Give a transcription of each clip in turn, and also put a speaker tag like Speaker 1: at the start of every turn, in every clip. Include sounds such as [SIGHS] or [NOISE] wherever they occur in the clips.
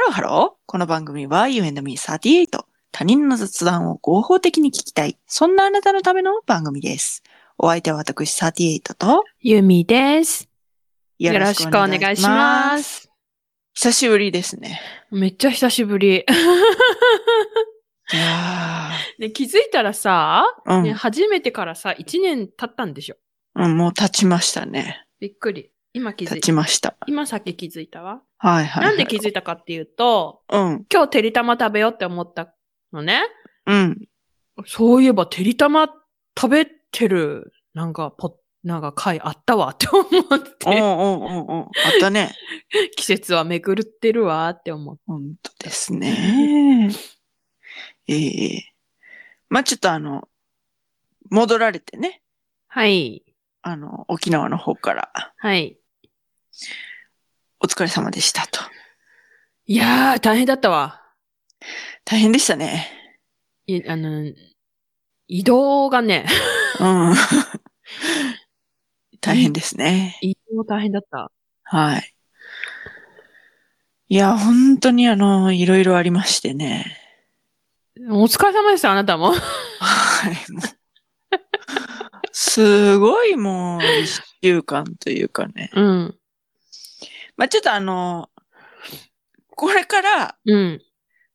Speaker 1: ロハロー。この番組は You and me38。他人の雑談を合法的に聞きたい。そんなあなたのための番組です。お相手は私38と
Speaker 2: ゆみです。
Speaker 1: よ。
Speaker 2: よろしくお願いします
Speaker 1: 久しぶりですね。
Speaker 2: めっちゃ久しぶり。 [LAUGHS]
Speaker 1: いや
Speaker 2: ね、気づいたらさ、
Speaker 1: ー
Speaker 2: ね、初めてからさ、1年経ったんでしょ。
Speaker 1: うん、うん、もう経ちましたね。
Speaker 2: びっくり。今気づ
Speaker 1: 経
Speaker 2: い
Speaker 1: ち
Speaker 2: た。
Speaker 1: ました。
Speaker 2: 今さっき気づいたわ。
Speaker 1: はいはい、
Speaker 2: なんで気づいたかっていうと、
Speaker 1: うん、
Speaker 2: 今日てりたま食べようって思ったのね。
Speaker 1: うん。
Speaker 2: そういえばてりたま食べてる、なんか、ポなんか回あったわって思
Speaker 1: おう
Speaker 2: っ
Speaker 1: おうおうおう。あったね。
Speaker 2: て、季節は巡ってるわって思っ
Speaker 1: 本当ですね。ええまあちょっとあの、戻られてね。
Speaker 2: はい。
Speaker 1: あの、沖縄の方から、
Speaker 2: はい。
Speaker 1: お疲れ様でしたと。
Speaker 2: いやー、大変だったわ。
Speaker 1: 大変でしたね。
Speaker 2: い、あの、移動がね、
Speaker 1: うん。 [LAUGHS] 大変ですね。
Speaker 2: 移動大変だった。
Speaker 1: はい。いや、本当にあの、いろいろありましてね。
Speaker 2: お疲れ様ですよ、あなたも。
Speaker 1: はい。も [LAUGHS] うすごいもう、一週間というかね。
Speaker 2: うん。
Speaker 1: まあ、ちょっとあの、これから、
Speaker 2: うん。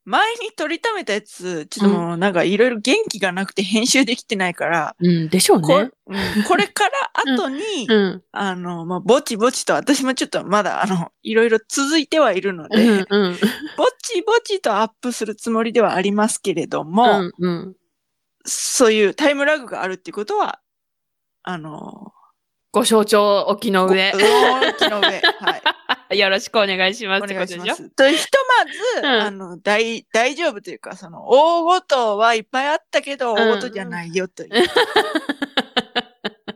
Speaker 1: 前に撮りためたやつ、ちょっともうなんかいろいろ元気がなくて編集できてないから、
Speaker 2: うん、でしょう
Speaker 1: こ
Speaker 2: ね。 [LAUGHS]
Speaker 1: うんこれから後に、
Speaker 2: うん。
Speaker 1: あの、まあ、ぼちぼちと、私もちょっとまだ、あの、いろいろ続いてはいるので、
Speaker 2: うん。うん。
Speaker 1: ぼちぼちとアップするつもりではありますけれども、
Speaker 2: うん。うん。
Speaker 1: そういうタイムラグがあるっていうことは、あの、
Speaker 2: ご承知おきの上
Speaker 1: ご。ご気の上、は
Speaker 2: [LAUGHS]
Speaker 1: い。
Speaker 2: よろしくお願いします。
Speaker 1: お願いしま
Speaker 2: ってこ
Speaker 1: す。と、ひとまず、
Speaker 2: うん
Speaker 1: あの、大、大丈夫というか、その、大ごとはいっぱいあったけど、
Speaker 2: ん
Speaker 1: 大ごとじゃないよ
Speaker 2: [LAUGHS]
Speaker 1: という。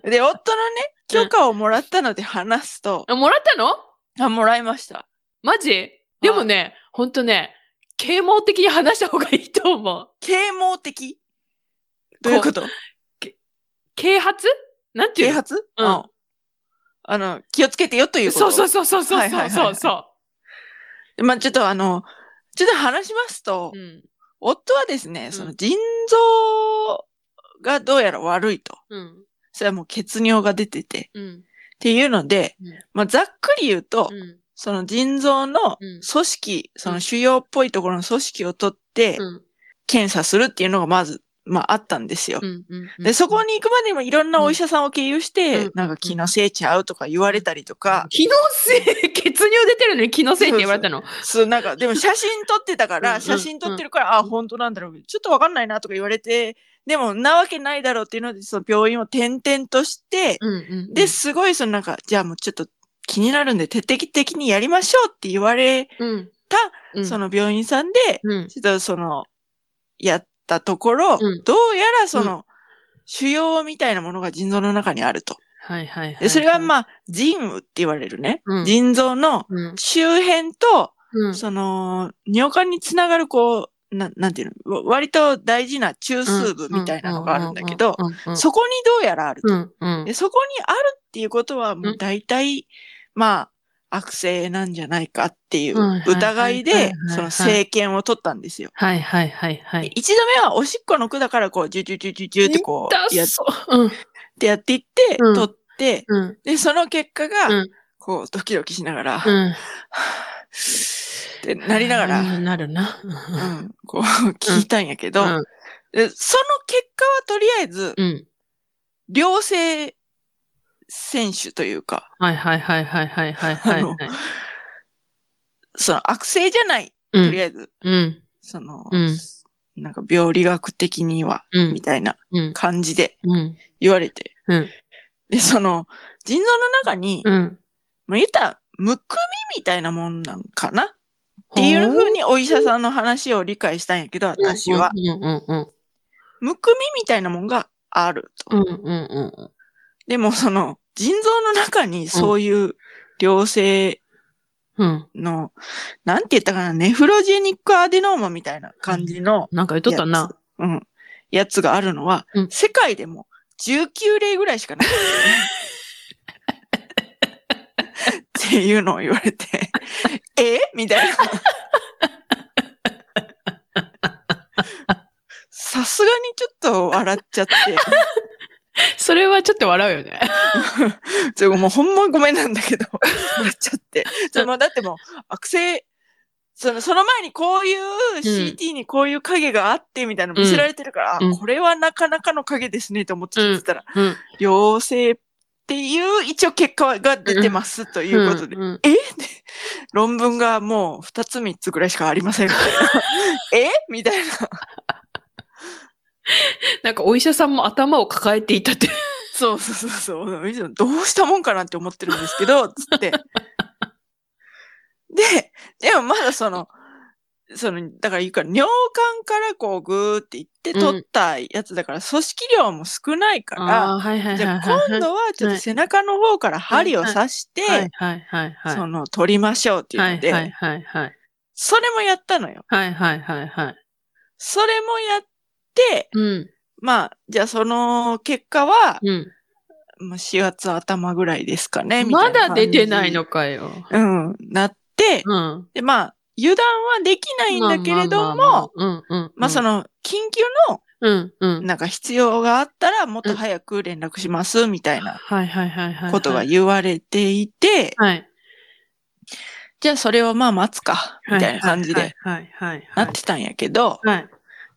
Speaker 1: で、夫のね、許可をもらったので話すと
Speaker 2: と、でしょ。もらったの
Speaker 1: あ、もらいました。
Speaker 2: マジでもね、ほんとね、啓蒙的に話した方がいいと思う。
Speaker 1: 啓蒙的どういうこと
Speaker 2: 啓発なんてい
Speaker 1: 啓
Speaker 2: うの
Speaker 1: 発
Speaker 2: うん
Speaker 1: ああの、気をつけてよということ。
Speaker 2: そうそうそうそうそ
Speaker 1: は
Speaker 2: う
Speaker 1: いはいはい
Speaker 2: そ
Speaker 1: は
Speaker 2: う
Speaker 1: い
Speaker 2: そ
Speaker 1: まあ、ちょっとあの、ちょっと話しますと、
Speaker 2: う。うん。
Speaker 1: 夫はですね、
Speaker 2: ん
Speaker 1: その腎臓がどうやら悪いと。
Speaker 2: うん。
Speaker 1: それはもう血尿が出てて。
Speaker 2: うん。
Speaker 1: っていうので、
Speaker 2: うん
Speaker 1: まあ、ざっくり言うと、
Speaker 2: うん。
Speaker 1: その腎臓の
Speaker 2: う
Speaker 1: 組
Speaker 2: ん
Speaker 1: 織、その腫瘍っぽいところの組織を取って、
Speaker 2: うん。
Speaker 1: 検査するっていうのがまず、まあ、あったんですよ。
Speaker 2: うんうん。
Speaker 1: で、そこに行くまでにもいろんなお医者さんを経由して、
Speaker 2: うん
Speaker 1: なんか気のせいちゃうとか言われたりとか、
Speaker 2: 気のせい、血尿出てるのに気のせいって言われたの。
Speaker 1: そう、なんか、でも写真撮ってたか
Speaker 2: うんう
Speaker 1: ら、
Speaker 2: ん
Speaker 1: 写真撮ってるから、あ、本当なんだろう。ちょっとわかんないなとか言われて、でも、なわけないだろうっていうので、その病院を転々として、
Speaker 2: うんうん
Speaker 1: で、、すごい、そのなんか、じゃあもうちょっと気になるんで、徹底的にやりましょうって言われ、
Speaker 2: うん。
Speaker 1: た
Speaker 2: うん、
Speaker 1: その病院さんで、
Speaker 2: うん、
Speaker 1: ちょっとその、やったところ、
Speaker 2: うん
Speaker 1: どうやらその、腫瘍みたいなものが腎臓の中にあると。
Speaker 2: はいはいは
Speaker 1: で
Speaker 2: い。
Speaker 1: それが
Speaker 2: あ、
Speaker 1: まあ、腎雨って言われるね。
Speaker 2: うん
Speaker 1: 腎臓の
Speaker 2: うん。
Speaker 1: 周辺と、
Speaker 2: うん。
Speaker 1: その、尿管につながるこう、ななんていうの、わ割と大事な中枢部みたいなのがあるんだけど、
Speaker 2: うん、うん
Speaker 1: そこにどうやらあると。
Speaker 2: うん、うん
Speaker 1: で。そこにあるっていうことは、もう大体、まあ、悪性なんじゃないかっていう
Speaker 2: はいはいは
Speaker 1: 疑
Speaker 2: い
Speaker 1: い
Speaker 2: はいはい
Speaker 1: で、その政権を取ったんですよ。
Speaker 2: はいはいはいは
Speaker 1: で
Speaker 2: い。
Speaker 1: 一度目はおしっこの管からこう、ジュジュジュジュジュってこう、やっ
Speaker 2: そう。うん、
Speaker 1: てやっていって、
Speaker 2: うん
Speaker 1: 取って、
Speaker 2: うん、
Speaker 1: で、その結果
Speaker 2: う
Speaker 1: が
Speaker 2: ん、
Speaker 1: こう、ドキドキしながら、 [SIGHS]
Speaker 2: う
Speaker 1: はぁ
Speaker 2: ん。
Speaker 1: ってなりながら、
Speaker 2: うんなるな。
Speaker 1: うんこう、聞いたんやけど、
Speaker 2: うん
Speaker 1: でその結果はとりあえず、
Speaker 2: うん。
Speaker 1: 良性選手というか、
Speaker 2: はいはいはいはいはいはいはいはい。
Speaker 1: その悪性じゃない、
Speaker 2: う
Speaker 1: とり
Speaker 2: ん、
Speaker 1: あえず、
Speaker 2: うん、
Speaker 1: その、
Speaker 2: うん
Speaker 1: なんか病理学的には、
Speaker 2: う
Speaker 1: み
Speaker 2: ん、
Speaker 1: たいな
Speaker 2: うん、
Speaker 1: 感じで
Speaker 2: うん、
Speaker 1: 言われて。
Speaker 2: うん
Speaker 1: で、その、腎臓の中に、
Speaker 2: うん。
Speaker 1: まあ言ったら、むくみみたいなもんなんかなっていうふうにお医者さんの話を理解したんやけど、私は
Speaker 2: う、ん、うん、うん、
Speaker 1: むくみみたいなもんがあると。
Speaker 2: うん、うん、うん。
Speaker 1: でも、その、腎臓の中にそういう良性
Speaker 2: うん。
Speaker 1: の、なんて言ったかな、ネフロジェニックアデノーマみたいな感じの、
Speaker 2: なんか言っとったな。
Speaker 1: うん。やつがあるのは、
Speaker 2: うん
Speaker 1: 世界でも19例ぐらいしかない。っていうのを言われて、えみたいな。笑っちゃって。
Speaker 2: それはちょっと笑うよね。
Speaker 1: ちょ、もうほんまごめんなんだ
Speaker 2: [LAUGHS]
Speaker 1: けど、笑っちゃって。その、だってもう、悪性、その、その前にこういう CT にこういう影があってみたいなの見せられてるから、あ
Speaker 2: うん
Speaker 1: これはなかなかの影ですねと思って聞いてたら、
Speaker 2: うん。
Speaker 1: 陽性っていう一応結果が出てますと [LAUGHS] いうことで、
Speaker 2: うん
Speaker 1: えって論文がもう二つ三つぐらいしかありませんみたい
Speaker 2: [LAUGHS]
Speaker 1: な。えみたいな。
Speaker 2: なんかお医者さんも頭を抱えていたって。
Speaker 1: そうそうそうそういつも。どうしたもんかなって思ってるんですけど、つって。で、でもまだその、その、だから言うから、尿管からこうグーっていって取ったやつだから、組織量も少ないから、
Speaker 2: あー、はいはい
Speaker 1: じ
Speaker 2: はい
Speaker 1: ゃ
Speaker 2: は
Speaker 1: あ
Speaker 2: い [LAUGHS] はい。
Speaker 1: 今度はちょっと背中の方から針を刺して、
Speaker 2: はいはいはいはい。
Speaker 1: その、取りましょうっていう
Speaker 2: は
Speaker 1: の
Speaker 2: い
Speaker 1: で、
Speaker 2: はいはいはい。
Speaker 1: それもやったのよ。
Speaker 2: はいはいはいはい。
Speaker 1: それもやって、
Speaker 2: うん。
Speaker 1: まあ、じゃあその結果は、
Speaker 2: う
Speaker 1: もう4月頭ぐらいですかね、
Speaker 2: ん。
Speaker 1: みた
Speaker 2: ま
Speaker 1: いな感じ。
Speaker 2: だ出てないのかよ。
Speaker 1: うん、なって、
Speaker 2: うん。
Speaker 1: で、まあ、油断はできないんだけれども、、
Speaker 2: うんうん。
Speaker 1: まあそ
Speaker 2: の、
Speaker 1: の、緊急
Speaker 2: うんう
Speaker 1: の、
Speaker 2: ん。
Speaker 1: なんか必要があったら、もっと早く連絡します、みたいな
Speaker 2: はいはいはいはい。
Speaker 1: ことが言われていて、
Speaker 2: はい。
Speaker 1: じゃあそれをまあ待つか、みたいな感じで。
Speaker 2: はいはいは
Speaker 1: ないってたんやけど、
Speaker 2: はい。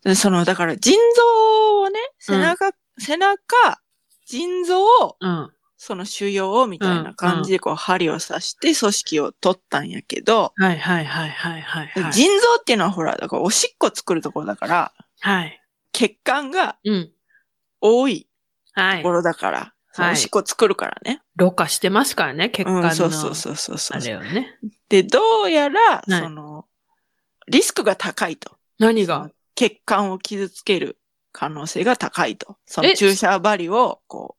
Speaker 1: でその、だから腎臓をね、背中、背中、腎臓を、
Speaker 2: うん。
Speaker 1: その腫瘍をみたいな感じでこう針を刺して組織を取ったんやけど、
Speaker 2: はいはいはいはいはいはい。
Speaker 1: 腎臓っていうのはほら、だからおしっこ作るところだから、
Speaker 2: はい。
Speaker 1: 血管が
Speaker 2: うん。
Speaker 1: 多い
Speaker 2: は
Speaker 1: と
Speaker 2: い
Speaker 1: こ。ろだから、そのおしっこ作るからね。
Speaker 2: ろ過してますからね、血管
Speaker 1: う
Speaker 2: の。
Speaker 1: ん、そうそうそうそうそ
Speaker 2: あ
Speaker 1: う。
Speaker 2: れよね。
Speaker 1: で、どうやら、
Speaker 2: い
Speaker 1: その、リスクが高いと。
Speaker 2: 何
Speaker 1: そ
Speaker 2: が
Speaker 1: の血管を傷つける可能性が高いと。その
Speaker 2: え
Speaker 1: 注射針を、こ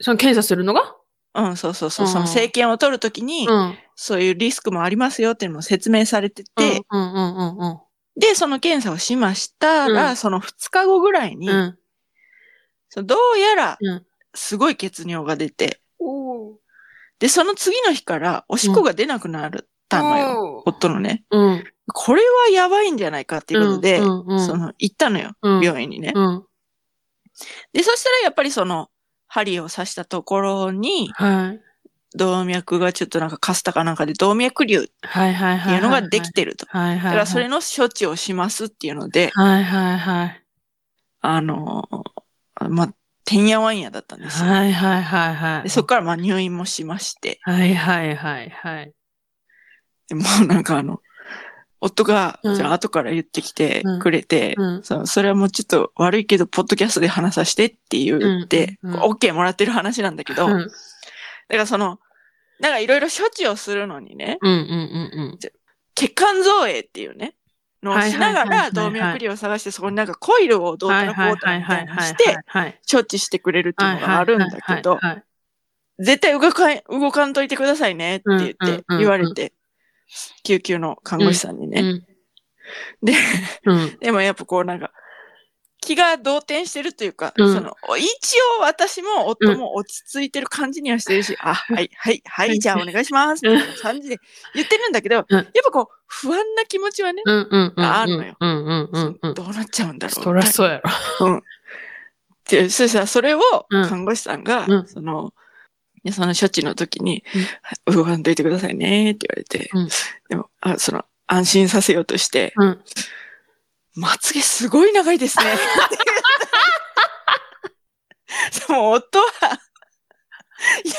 Speaker 2: その検査するのが
Speaker 1: う、うん、そうそうそう、
Speaker 2: うん
Speaker 1: その政権を取るときに、
Speaker 2: うん。
Speaker 1: そういうリスクもありますよっていうのも説明されてて、
Speaker 2: うんうんうんうん
Speaker 1: で、その検査をしましたら、
Speaker 2: うん
Speaker 1: その2日後ぐらいに、
Speaker 2: うん。うん。
Speaker 1: そのどうやら
Speaker 2: うん、
Speaker 1: すごい血尿が出て、
Speaker 2: おー。
Speaker 1: で、その次の日からおしっこが出なくなったのよ。夫のね。
Speaker 2: うん。っ
Speaker 1: これはやばいんじゃないかってていうことで、
Speaker 2: うんうん。
Speaker 1: その、行ったのよ。
Speaker 2: うん、
Speaker 1: 病院にね。
Speaker 2: うん。
Speaker 1: で、そしたらやっぱりその、針を刺したところに、
Speaker 2: はい。
Speaker 1: 動脈がちょっとなんかカスタかなんかで動脈瘤っ
Speaker 2: はいはい
Speaker 1: て
Speaker 2: はい。
Speaker 1: いうのができ。てると。
Speaker 2: はいはいはい。
Speaker 1: だからそれの処置をしますっていうので、
Speaker 2: はいはいはい。
Speaker 1: あのーまあ、てんやわんやだったんですよ。
Speaker 2: はいはいはいは
Speaker 1: で
Speaker 2: い。
Speaker 1: そこからまあ入院もしまして、
Speaker 2: はいはいはいはい。
Speaker 1: でもうなんかあの、夫が、
Speaker 2: うん
Speaker 1: じゃあ後から言ってきて
Speaker 2: うん
Speaker 1: くれて、
Speaker 2: うん。
Speaker 1: そうそれはもうちょっと悪いけど、ポッドキャストで話させてって言って、
Speaker 2: うんうんうん
Speaker 1: こう OK もらってる話なんだけど、
Speaker 2: うん
Speaker 1: だからその、なんかいろいろ処置をするのにね、
Speaker 2: うんうんうんうん。
Speaker 1: 血管造影っていうね、のをしなが
Speaker 2: はいは
Speaker 1: ら
Speaker 2: いはいは
Speaker 1: 動
Speaker 2: い
Speaker 1: 脈瘤を探して、そこになんかコイルをどうたらこうたらみたいなのして、
Speaker 2: はい。
Speaker 1: 処置してくれるっていうのがあるんだけど、絶対動かん、動かんといてくださいねって言って、
Speaker 2: うんうんうんうん
Speaker 1: 言われて、救急の看護師さんにね。
Speaker 2: うん。
Speaker 1: で、
Speaker 2: うん。
Speaker 1: でもやっぱこうなんか、気が動転してるというか、
Speaker 2: うん
Speaker 1: その、お一応私も夫も落ち着いてる感じにはしてるし、あ、はい、はい、は
Speaker 2: はい
Speaker 1: い、じゃあお願いします、みたいな感じで言ってるんだけど、
Speaker 2: うん
Speaker 1: やっぱこう、不安な気持ちはね、
Speaker 2: うんうんうん。うんうんうんうん。
Speaker 1: どうなっちゃうんだろう。
Speaker 2: そりゃそうやろ。
Speaker 1: で、そしたらそれを
Speaker 2: うん
Speaker 1: 看護師さんが、
Speaker 2: うん
Speaker 1: その、いやその処置の時に、動かんといてくださいねって言
Speaker 2: う
Speaker 1: われ
Speaker 2: ん
Speaker 1: て、でもあ、その、安心させようとして、
Speaker 2: うん。
Speaker 1: まつげすごい長いですね。って言ったもう [LAUGHS] 夫は、いや、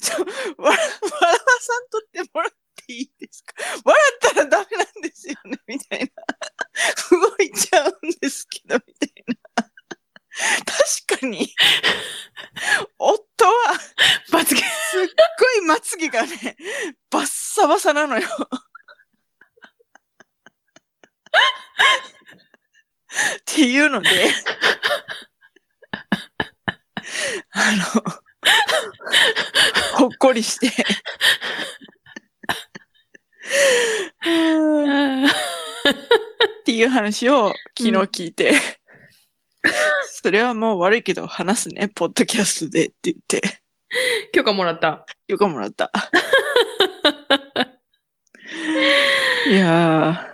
Speaker 1: ちょ、わら、わらわさんとってもらっていいですか笑ったらダメなんですよね、みたいな。 [LAUGHS] 動いちゃうんですけど、みたいな。確かに、夫は、す
Speaker 2: 罰ゲ
Speaker 1: っごいまつげがね、バッサバサなのよ。っていうので、あの、ほっこりして、っ
Speaker 2: ー
Speaker 1: ていう話を昨日聞いて、それはもう悪いけど話すね、ポッドキャストでって言って、
Speaker 2: 許可もらった。
Speaker 1: よくもらった。 [LAUGHS] いや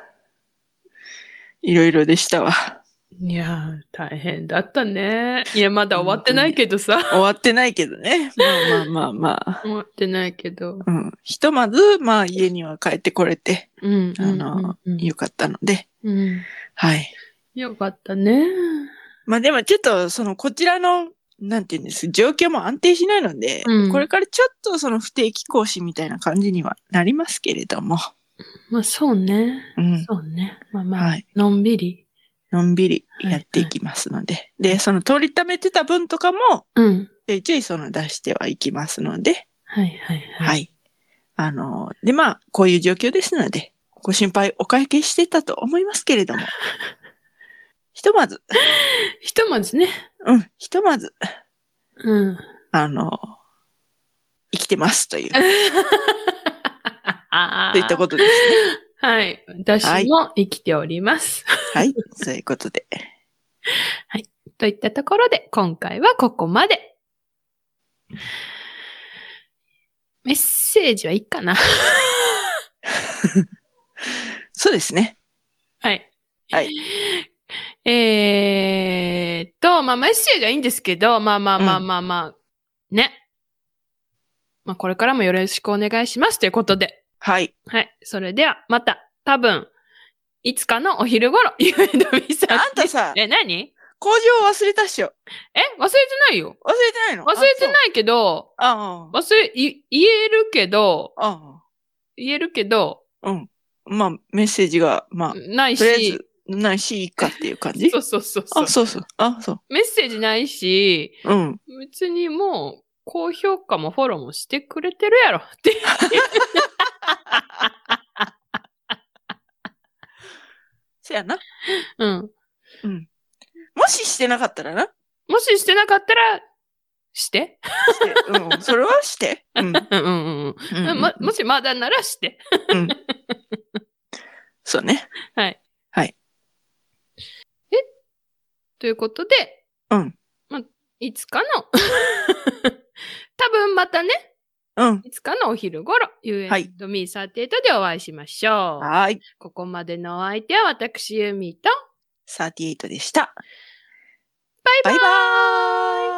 Speaker 1: ー、いろいろでしたわ。
Speaker 2: いやー、大変だったね。いや、まだ終わってないけどさ。
Speaker 1: 終わってないけどね。まあまあまあまあ。
Speaker 2: 終わってないけど。
Speaker 1: うん。ひとまず、まあ家には帰ってこれて、
Speaker 2: うん。
Speaker 1: あの
Speaker 2: うん、
Speaker 1: よかったので、
Speaker 2: うん。
Speaker 1: はい。
Speaker 2: よかったね。
Speaker 1: まあでもちょっと、その、こちらの、なんていうんです、状況も安定しないので、
Speaker 2: うん
Speaker 1: これからちょっとその不定期講師みたいな感じにはなりますけれども、
Speaker 2: まあ、そうね。
Speaker 1: うん。
Speaker 2: そうね。まあまあ、
Speaker 1: はい。
Speaker 2: のんびり。
Speaker 1: のんびりやっていきますので、で、その取りためてた分とかも、
Speaker 2: うん。
Speaker 1: ちょいちょいその出してはいきますので、
Speaker 2: はいはいはい。
Speaker 1: はい。あの、で、まあ、こういう状況ですので、ご心配おかけしてたと思いますけれ
Speaker 2: [LAUGHS]
Speaker 1: ども、ひとまず、
Speaker 2: ひとまずね。
Speaker 1: うん、ひとまず、 [LAUGHS]
Speaker 2: うん。
Speaker 1: あの、生きてますという、
Speaker 2: あ
Speaker 1: といったことですね。
Speaker 2: はい。私も生きております。 [LAUGHS]
Speaker 1: はい。そういうことで。
Speaker 2: といったところで、今回はここまで。メッセージはいいかな。
Speaker 1: そうですね。
Speaker 2: はい。
Speaker 1: はい。
Speaker 2: えーっと、まあ、メッセージはいいんですけど、まあまあまあ
Speaker 1: うん
Speaker 2: まあまあ、ね。まあ、これからもよろしくお願いしますということで。
Speaker 1: はい。
Speaker 2: はい。それでは、また、多分、いつかのお昼頃、 [LAUGHS] ゆえどみさん。
Speaker 1: あんたさ
Speaker 2: え、何
Speaker 1: 工場忘れたっしょ。
Speaker 2: え忘れてないよ。
Speaker 1: 忘れてないの
Speaker 2: 忘れて
Speaker 1: い
Speaker 2: ないけど、
Speaker 1: あそう
Speaker 2: 忘れ、い言えるけど、
Speaker 1: ああ、あ
Speaker 2: 言えるけど、
Speaker 1: あ、うん。まあ、メッセージが、まあ、
Speaker 2: ない
Speaker 1: とりあえ
Speaker 2: し、
Speaker 1: ず、ないし、いいかっていう感じ
Speaker 2: そうそうそうそう
Speaker 1: あ、そうそう。あ、そう。
Speaker 2: メッセージないし、
Speaker 1: うん。
Speaker 2: 別にもう、高評価もフォローもしてくれてるやろって。
Speaker 1: せやな。
Speaker 2: うん。
Speaker 1: もししてなかったらな。
Speaker 2: もししてなかったら、して。
Speaker 1: してうん。それはして。うん。
Speaker 2: うんうんうん
Speaker 1: [LAUGHS] うん
Speaker 2: うん。ま、もしまだならして。
Speaker 1: うん。そうね。
Speaker 2: はい。
Speaker 1: はい。
Speaker 2: えということで、
Speaker 1: うん。
Speaker 2: いつか [LAUGHS] の、多分またね、
Speaker 1: うん。
Speaker 2: いつかのお昼頃、You
Speaker 1: はい
Speaker 2: and me38 でお会いしましょう。
Speaker 1: はーい。
Speaker 2: ここまでのお相手は私ユミと、
Speaker 1: 38でした。
Speaker 2: バイバ
Speaker 1: バイバー
Speaker 2: イ
Speaker 1: イ